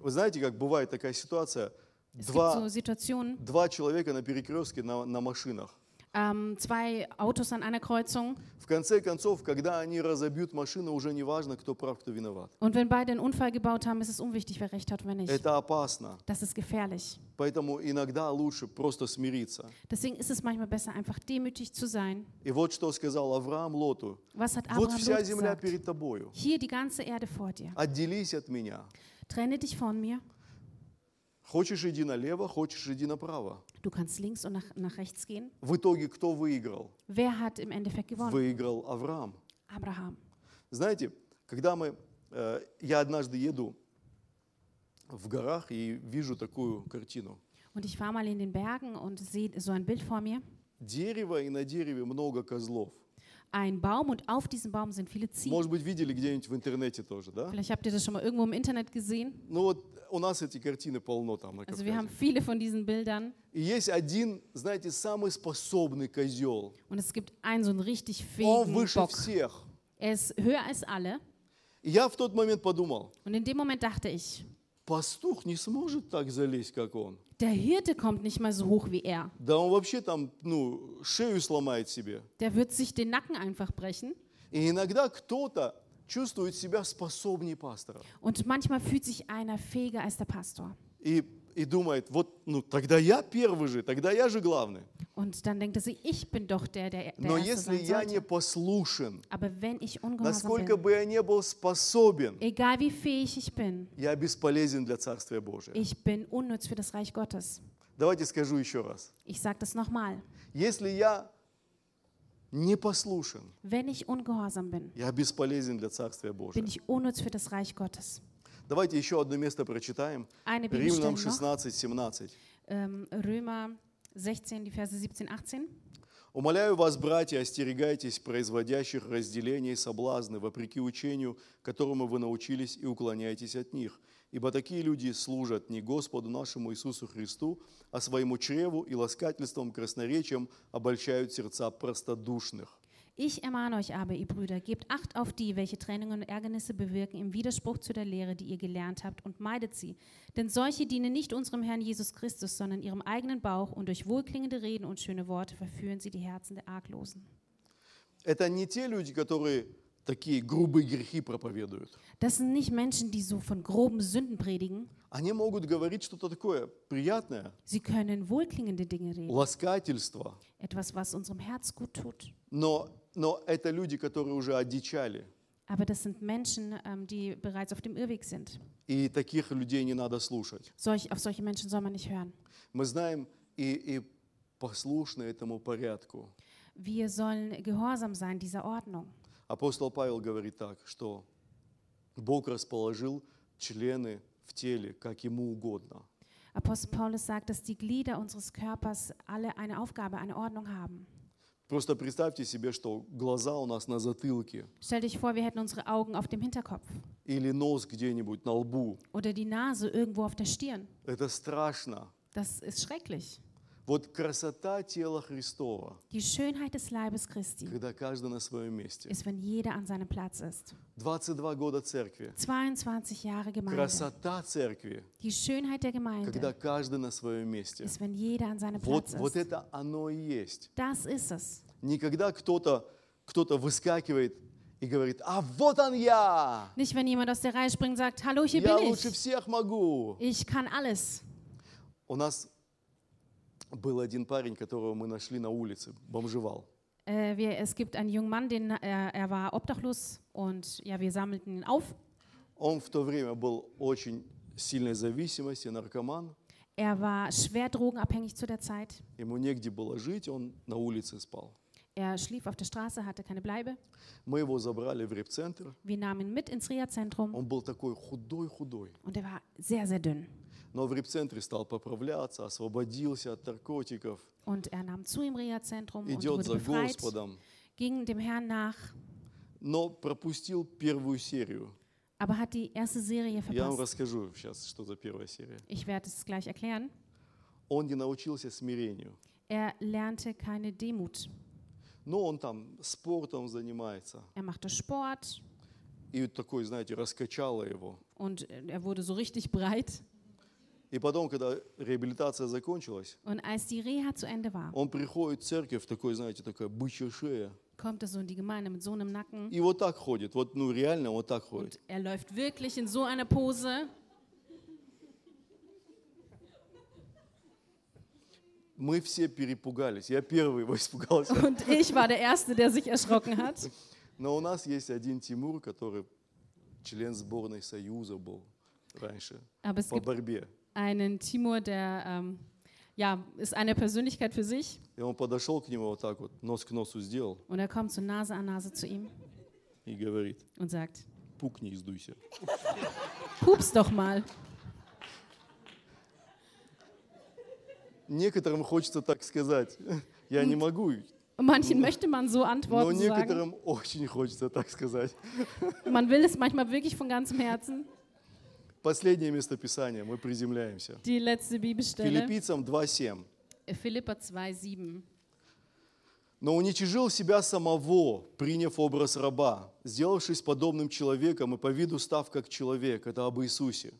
Speaker 1: Вы знаете, как бывает такая ситуация?
Speaker 2: Es gibt so
Speaker 1: Два,
Speaker 2: Situationen,
Speaker 1: два человека на перекрестке на, на машинах.
Speaker 2: ähm, zwei Autos an einer Kreuzung
Speaker 1: В конце концов, когда они разобьют машину, уже не важно, кто прав, кто виноват.
Speaker 2: und wenn beide einen Unfall gebaut haben, ist es unwichtig, wer recht hat und wer nicht.
Speaker 1: Это опасно.
Speaker 2: Das ist gefährlich.
Speaker 1: Поэтому иногда лучше просто смириться.
Speaker 2: Deswegen ist es manchmal besser, einfach demütig zu sein.
Speaker 1: И вот что сказал Авраам Лоту.
Speaker 2: Was hat
Speaker 1: Вот
Speaker 2: Abraham
Speaker 1: вся
Speaker 2: Lot
Speaker 1: земля
Speaker 2: gesagt?
Speaker 1: перед тобою.
Speaker 2: Hier die ganze Erde vor dir.
Speaker 1: Отделись от меня.
Speaker 2: Trenne dich von mir.
Speaker 1: Хочешь, иди налево, хочешь, иди направо.
Speaker 2: Du kannst links und nach, nach rechts gehen.
Speaker 1: В итоге кто выиграл?
Speaker 2: Wer hat im Endeffekt gewonnen?
Speaker 1: Выиграл Авраам.
Speaker 2: Abraham.
Speaker 1: Знаете, когда мы... э, я однажды еду в горах и вижу такую картину.
Speaker 2: Und ich war mal in den Bergen und sehe so ein Bild vor mir.
Speaker 1: Дерево, и на дереве много козлов.
Speaker 2: Ein Baum und auf diesem Baum sind viele Ziegen.
Speaker 1: Может быть, видели где-нибудь в интернете тоже, да?
Speaker 2: Vielleicht habt ihr das schon mal irgendwo im Internet gesehen.
Speaker 1: Ну вот у нас эти картины полно там на
Speaker 2: Also wir haben
Speaker 1: Кавказе.
Speaker 2: viele von diesen Bildern.
Speaker 1: И есть один, знаете, самый способный козел.
Speaker 2: Und es gibt einen so einen richtig
Speaker 1: Он
Speaker 2: fähigen
Speaker 1: выше
Speaker 2: Bock.
Speaker 1: всех.
Speaker 2: Er ist höher als alle.
Speaker 1: И я в тот момент подумал,
Speaker 2: Und in dem Moment dachte ich,
Speaker 1: пастух не сможет так залезть, как он.
Speaker 2: der Hirte kommt nicht mal so hoch wie er.
Speaker 1: Да он вообще там, ну, шею сломает себе.
Speaker 2: Der wird sich den Nacken einfach brechen.
Speaker 1: И иногда кто-то чувствует себя способнее пастора.
Speaker 2: Und manchmal fühlt sich einer fähiger als der Pastor.
Speaker 1: И, и думает, вот, ну, тогда я первый же, тогda я же главный.
Speaker 2: Und dann denkt er sich, ich bin doch der, der, der
Speaker 1: Но
Speaker 2: Erste
Speaker 1: если
Speaker 2: sein
Speaker 1: я не
Speaker 2: sollte.
Speaker 1: послушен,
Speaker 2: Aber wenn ich ungehorsam
Speaker 1: насколько
Speaker 2: bin,
Speaker 1: бы я не был способен,
Speaker 2: egal wie fähig ich bin,
Speaker 1: я бесполезен для Царствия Божия.
Speaker 2: ich bin unnütz für das Reich Gottes.
Speaker 1: Давайте скажу еще раз.
Speaker 2: Ich sage das nochmal.
Speaker 1: Если я не послушен,
Speaker 2: Wenn ich ungehorsam bin,
Speaker 1: я бесполезен для Царствия
Speaker 2: bin
Speaker 1: Божия.
Speaker 2: ich unnütz für das Reich Gottes.
Speaker 1: Давайте еще одно место прочитаем.
Speaker 2: Eine Bibelstelle
Speaker 1: Римлянам
Speaker 2: noch,
Speaker 1: 16, 17.
Speaker 2: ähm, Römer 16, die Verse 17, 18.
Speaker 1: «Умоляю вас, братья, остерегайтесь производящих разделения и соблазны, вопреки учению, которому вы научились, и уклоняйтесь от них. Ибо такие люди служат не Господу нашему Иисусу Христу, а своему чреву и ласкательством красноречием обольщают сердца простодушных».
Speaker 2: Ich ermahne euch aber, ihr Brüder, gebt Acht auf die, welche Trennungen und Ärgernisse bewirken im Widerspruch zu der Lehre, die ihr gelernt habt, und meidet sie. Denn solche dienen nicht unserem Herrn Jesus Christus, sondern ihrem eigenen Bauch, und durch wohlklingende Reden und schöne Worte verführen sie die Herzen der Arglosen.
Speaker 1: Это не те люди, которые такие грубые грехи проповедуют.
Speaker 2: Das sind nicht Menschen, die so von groben Sünden predigen.
Speaker 1: Они могут говорить что-то такое приятное,
Speaker 2: Sie können wohlklingende Dinge reden,
Speaker 1: ласкательство,
Speaker 2: etwas, was unserem Herz gut tut.
Speaker 1: но, но это люди, которые уже одичали.
Speaker 2: Aber das sind Menschen, ähm, die bereits auf dem Irrweg sind.
Speaker 1: И таких людей не надо слушать.
Speaker 2: Solch, auf solche Menschen soll man nicht hören.
Speaker 1: Мы знаем и, и послушны этому порядку.
Speaker 2: Wir sollen gehorsam sein dieser Ordnung.
Speaker 1: Апостол Павел говорит так, что Бог расположил члены в теле, как ему угодно.
Speaker 2: Apostel Paulus sagt, dass die Glieder unseres Körpers alle eine Aufgabe, eine Ordnung haben.
Speaker 1: Просто представьте себе, что глаза у нас на затылке
Speaker 2: Stell dich vor, wir hätten unsere Augen auf dem Hinterkopf
Speaker 1: или нос где-нибудь на лбу.
Speaker 2: oder die Nase irgendwo auf der Stirn.
Speaker 1: Это страшно.
Speaker 2: Das ist schrecklich.
Speaker 1: Вот красота тела Христова,
Speaker 2: Die Schönheit des Leibes Christi
Speaker 1: когда каждый на своем месте.
Speaker 2: ist, wenn jeder an seinem Platz ist.
Speaker 1: 22 года церкви.
Speaker 2: 22 Jahre Gemeinde.
Speaker 1: Красота церкви,
Speaker 2: Die Schönheit der
Speaker 1: когда
Speaker 2: Gemeinde
Speaker 1: каждый на своем месте.
Speaker 2: ist, wenn jeder an seinem
Speaker 1: Вот,
Speaker 2: Platz
Speaker 1: вот
Speaker 2: ist.
Speaker 1: это оно и есть.
Speaker 2: Das ist es.
Speaker 1: Не когда кто-то кто выскакивает и говорит, а вот он я,
Speaker 2: Nicht, wenn jemand aus der Reihe springt und sagt, hallo, hier
Speaker 1: я
Speaker 2: bin
Speaker 1: лучше
Speaker 2: ich.
Speaker 1: всех могу.
Speaker 2: Ich kann alles.
Speaker 1: У нас был один парень, которого мы нашли на улице, бомжевал.
Speaker 2: Äh, wir, es gibt einen jungen Mann, den, äh, er war obdachlos und ja, wir sammelten ihn auf.
Speaker 1: Он в то время был очень сильной зависимости, наркоман.
Speaker 2: Er war schwer drogenabhängig zu der Zeit.
Speaker 1: Ему негде было жить, он на улице спал.
Speaker 2: Er schlief auf der Straße, hatte keine Bleibe.
Speaker 1: Мы его забрали в репцентр.
Speaker 2: Wir nahmen ihn mit ins Reha-Zentrum
Speaker 1: Он был такой худой-худой.
Speaker 2: und er war sehr, sehr dünn.
Speaker 1: Но в репцентре стал поправляться, освободился от наркотиков,
Speaker 2: Und er nahm zu im Reha-Zentrum und
Speaker 1: идет
Speaker 2: wurde
Speaker 1: за
Speaker 2: befreit,
Speaker 1: Господом.
Speaker 2: ging dem Herrn nach,
Speaker 1: Но пропустил первую серию.
Speaker 2: aber hat die erste Serie
Speaker 1: Я вам
Speaker 2: verpasst.
Speaker 1: расскажу сейчас, что за первая серия.
Speaker 2: Ich werde es gleich erklären.
Speaker 1: Он не научился смирению.
Speaker 2: Er lernte keine Demut.
Speaker 1: Но он там спортом занимается.
Speaker 2: Er machte Sport
Speaker 1: И вот такой, знаете, раскачало его.
Speaker 2: und er wurde so richtig [LAUGHS] breit.
Speaker 1: И потом, когда реабилитация закончилась,
Speaker 2: Und als die Reha zu Ende war,
Speaker 1: он приходит в церковь, такой, знаете, такая бычья шея.
Speaker 2: kommt er so in die Gemeinde mit so einem Nacken
Speaker 1: И вот так ходит. Вот, ну, реально вот так ходит.
Speaker 2: und er läuft wirklich in so einer Pose.
Speaker 1: Мы все перепугались. Я первый его испугался.
Speaker 2: Und ich war der Erste, der sich erschrocken hat.
Speaker 1: Но у нас есть один Тимур, который член сборной Союза был раньше
Speaker 2: Aber es
Speaker 1: по
Speaker 2: gibt
Speaker 1: борьбе.
Speaker 2: einen Timur, der ähm, ja, ist eine Persönlichkeit für sich.
Speaker 1: И он подошел к нему вот так вот, нос к носу сделал
Speaker 2: Und er kommt so Nase an Nase zu ihm
Speaker 1: и говорит,
Speaker 2: und sagt,
Speaker 1: пукни и сдуйся.
Speaker 2: pups doch mal.
Speaker 1: Некоторым хочется так сказать. [LAUGHS] Я не могу,
Speaker 2: Und manchen möchte man so
Speaker 1: но
Speaker 2: antworten sagen.
Speaker 1: некоторым очень хочется так сказать.
Speaker 2: Man will es manchmal wirklich von ganzem Herzen.
Speaker 1: Последнее местописание, мы приземляемся.
Speaker 2: Die letzte Bibelstelle.
Speaker 1: Филиппийцам 2.7.
Speaker 2: Philippa 2,7.
Speaker 1: «Но уничижил себя самого, приняв образ раба, сделавшись подобным человеком и по виду став как человек». Это об Иисусе.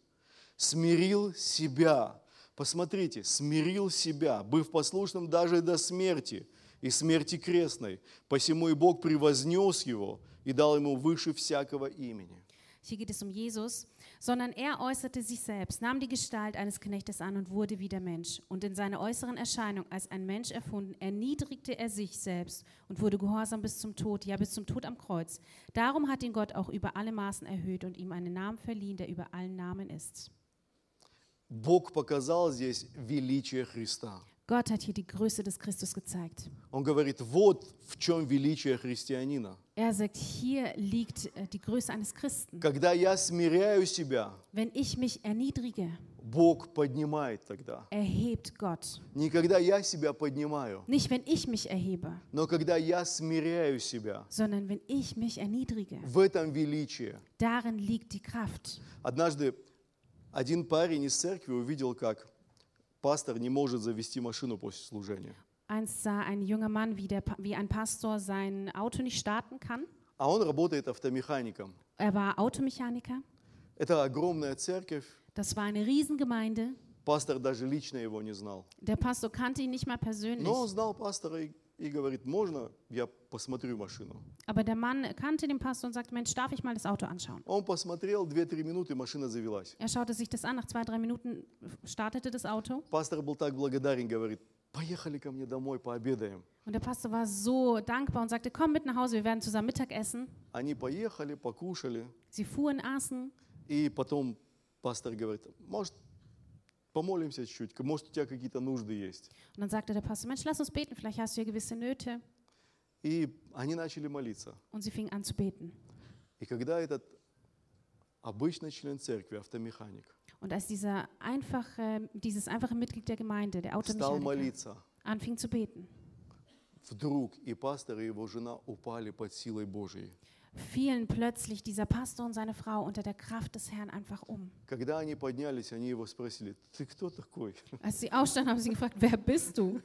Speaker 1: «Смирил себя». Посмотрите, «смирил себя, быв послушным даже до смерти, и смерти крестной. Посему и Бог превознес его и дал ему выше всякого имени».
Speaker 2: Hier geht es um Jesus, sondern er äußerte sich selbst, nahm die Gestalt eines Knechtes an und wurde wie der Mensch. Und in seiner äußeren Erscheinung als ein Mensch erfunden, erniedrigte er sich selbst und wurde gehorsam bis zum Tod, ja bis zum Tod am Kreuz. Darum hat ihn Gott auch über alle Maßen erhöht und ihm einen Namen verliehen, der über allen Namen ist.
Speaker 1: Бог показал здесь величие Христа.
Speaker 2: Gott hat hier die Größe des Christus gezeigt.
Speaker 1: Он говорит, вот в чем величие христианина.
Speaker 2: Er sagt, hier liegt äh, die Größe eines Christen.
Speaker 1: Когда я смиряю себя,
Speaker 2: Wenn ich mich erniedrige,
Speaker 1: Бог поднимает тогда.
Speaker 2: erhebt Gott.
Speaker 1: Не когда я себя поднимаю,
Speaker 2: Nicht, wenn ich mich erhebe,
Speaker 1: но когда я смиряю себя.
Speaker 2: sondern wenn ich mich erniedrige.
Speaker 1: В этом величие.
Speaker 2: Darin liegt die Kraft.
Speaker 1: Однажды один парень из церкви увидел, как пастор не может завести машину после служения.
Speaker 2: Einst sah ein junger Mann, wie, der, Pa- wie ein Pastor sein Auto nicht starten kann.
Speaker 1: А он работает автомехаnikом.
Speaker 2: Er war Automechaniker.
Speaker 1: Это огромная церковь.
Speaker 2: Das war eine Riesengemeinde.
Speaker 1: Пастор даже лично его не знал.
Speaker 2: Der Pastor kannte ihn nicht mal persönlich.
Speaker 1: Но он знал пастора и, и говорит, можно я посмотрю машину?
Speaker 2: Aber der Mann kannte den Pastor und sagte, Mensch, darf ich mal das Auto anschauen?
Speaker 1: Он посмотрел, 2-3 минуты машина завелась.
Speaker 2: Er schaute sich das an, nach zwei, drei Minuten startete das Auto.
Speaker 1: Пастор был так благодарен, говорит, поехали ко мне домой, пообедаем.
Speaker 2: Und der Pastor war so dankbar und sagte, komm mit nach Hause, wir werden zusammen Mittag essen.
Speaker 1: Они поехали, покушали,
Speaker 2: Sie fuhren, aßen.
Speaker 1: и потом пастор говорит, может, помолимся чуть-чуть, может, у тебя какие-то нужды есть.
Speaker 2: Und dann sagte der Pastor, Mensch, lass uns beten, vielleicht hast du ja gewisse Nöte.
Speaker 1: И они начали молиться.
Speaker 2: Und sie fingen an zu beten.
Speaker 1: И когда этот обычный член церкви, автомеханик,
Speaker 2: Und als dieser einfache, dieses einfache Mitglied der Gemeinde, der
Speaker 1: стал
Speaker 2: Automechaniker,
Speaker 1: молиться,
Speaker 2: anfing zu beten,
Speaker 1: вдруг и пастор, и его жена упали под силой Божьей.
Speaker 2: fielen plötzlich dieser Pastor und seine Frau unter der Kraft des Herrn einfach um.
Speaker 1: Когда они поднялись, они его спросили, ты кто такой? [LAUGHS]
Speaker 2: Als sie aufstanden, haben sie gefragt, wer bist du?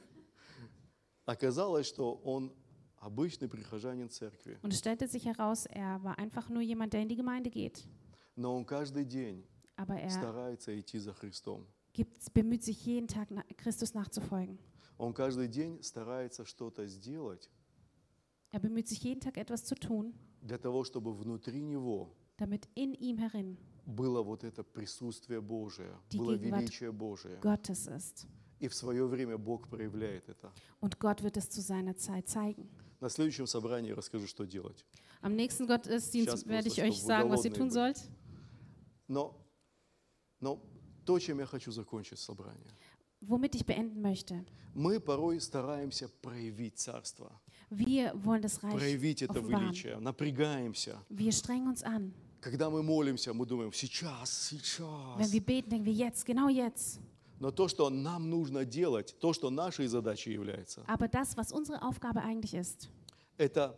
Speaker 1: Оказалось, что он обычный прихожанин церкви,
Speaker 2: Und es stellte sich heraus, er war einfach nur jemand, der in die Gemeinde geht.
Speaker 1: но он каждый день
Speaker 2: Aber er
Speaker 1: старается идти за Христом.
Speaker 2: gibt, bemüht sich jeden Tag, na- Christus nachzufolgen.
Speaker 1: Он каждый день старается что-то сделать
Speaker 2: Er bemüht sich jeden Tag etwas zu tun,
Speaker 1: для того, чтобы внутри него
Speaker 2: damit in ihm herin
Speaker 1: было вот это присутствие Божие,
Speaker 2: Die
Speaker 1: было
Speaker 2: Gegenwart
Speaker 1: величие Божие.
Speaker 2: Gottes ist.
Speaker 1: И в свое время Бог проявляет это.
Speaker 2: Und Gott wird es zu seiner Zeit zeigen.
Speaker 1: На следующем собрании расскажу, что делать.
Speaker 2: Am nächsten
Speaker 1: Schatz,
Speaker 2: Gottesdienst werde
Speaker 1: bloß,
Speaker 2: ich
Speaker 1: dass
Speaker 2: euch
Speaker 1: du
Speaker 2: sagen, was ihr
Speaker 1: Wunder
Speaker 2: tun
Speaker 1: leben.
Speaker 2: sollt.
Speaker 1: Но, но то, чем я хочу закончить собрание.
Speaker 2: Womit ich beenden möchte.
Speaker 1: Мы порой стараемся проявить царство,
Speaker 2: Wir wollen das Reich
Speaker 1: проявить это
Speaker 2: offenbaren.
Speaker 1: величие, напрягаемся.
Speaker 2: Wir strengen uns an.
Speaker 1: Когда мы молимся, мы думаем, сейчас,
Speaker 2: Wenn
Speaker 1: сейчас.
Speaker 2: wir beten, denken wir jetzt, genau jetzt.
Speaker 1: Но то, что нам нужно делать, то, что нашей задачей является,
Speaker 2: Aber das, was unsere Aufgabe eigentlich ist,
Speaker 1: это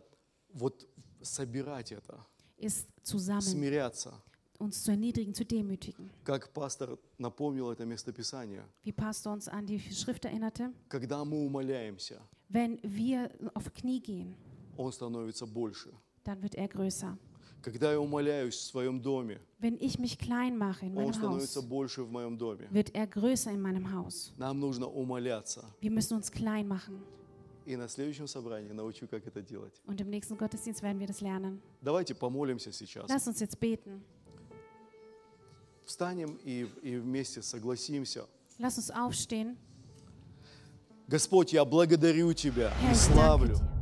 Speaker 1: вот собирать это,
Speaker 2: ist zusammen
Speaker 1: смиряться.
Speaker 2: uns zu erniedrigen, zu demütigen.
Speaker 1: Как пастор напомнил это местописание,
Speaker 2: Wie Pastor uns an die Schrift erinnerte,
Speaker 1: когда мы умоляемся,
Speaker 2: wenn wir auf Knie gehen,
Speaker 1: он становится больше.
Speaker 2: dann wird er größer.
Speaker 1: Когда я умоляюсь в своем доме,
Speaker 2: Wenn ich mich klein mache in
Speaker 1: он
Speaker 2: meinem
Speaker 1: становится
Speaker 2: Haus,
Speaker 1: больше в моем доме.
Speaker 2: wird er größer in meinem Haus.
Speaker 1: Нам нужно умоляться.
Speaker 2: Wir müssen uns klein machen.
Speaker 1: И на следующем собрании научу, как это делать.
Speaker 2: Und im nächsten Gottesdienst werden wir das lernen.
Speaker 1: Давайте помолимся сейчас.
Speaker 2: Lass uns jetzt beten.
Speaker 1: Встанем и, и вместе согласимся.
Speaker 2: Lass uns aufstehen.
Speaker 1: Господь, я благодарю Тебя
Speaker 2: Herr,
Speaker 1: и
Speaker 2: ich danke
Speaker 1: славлю
Speaker 2: dir.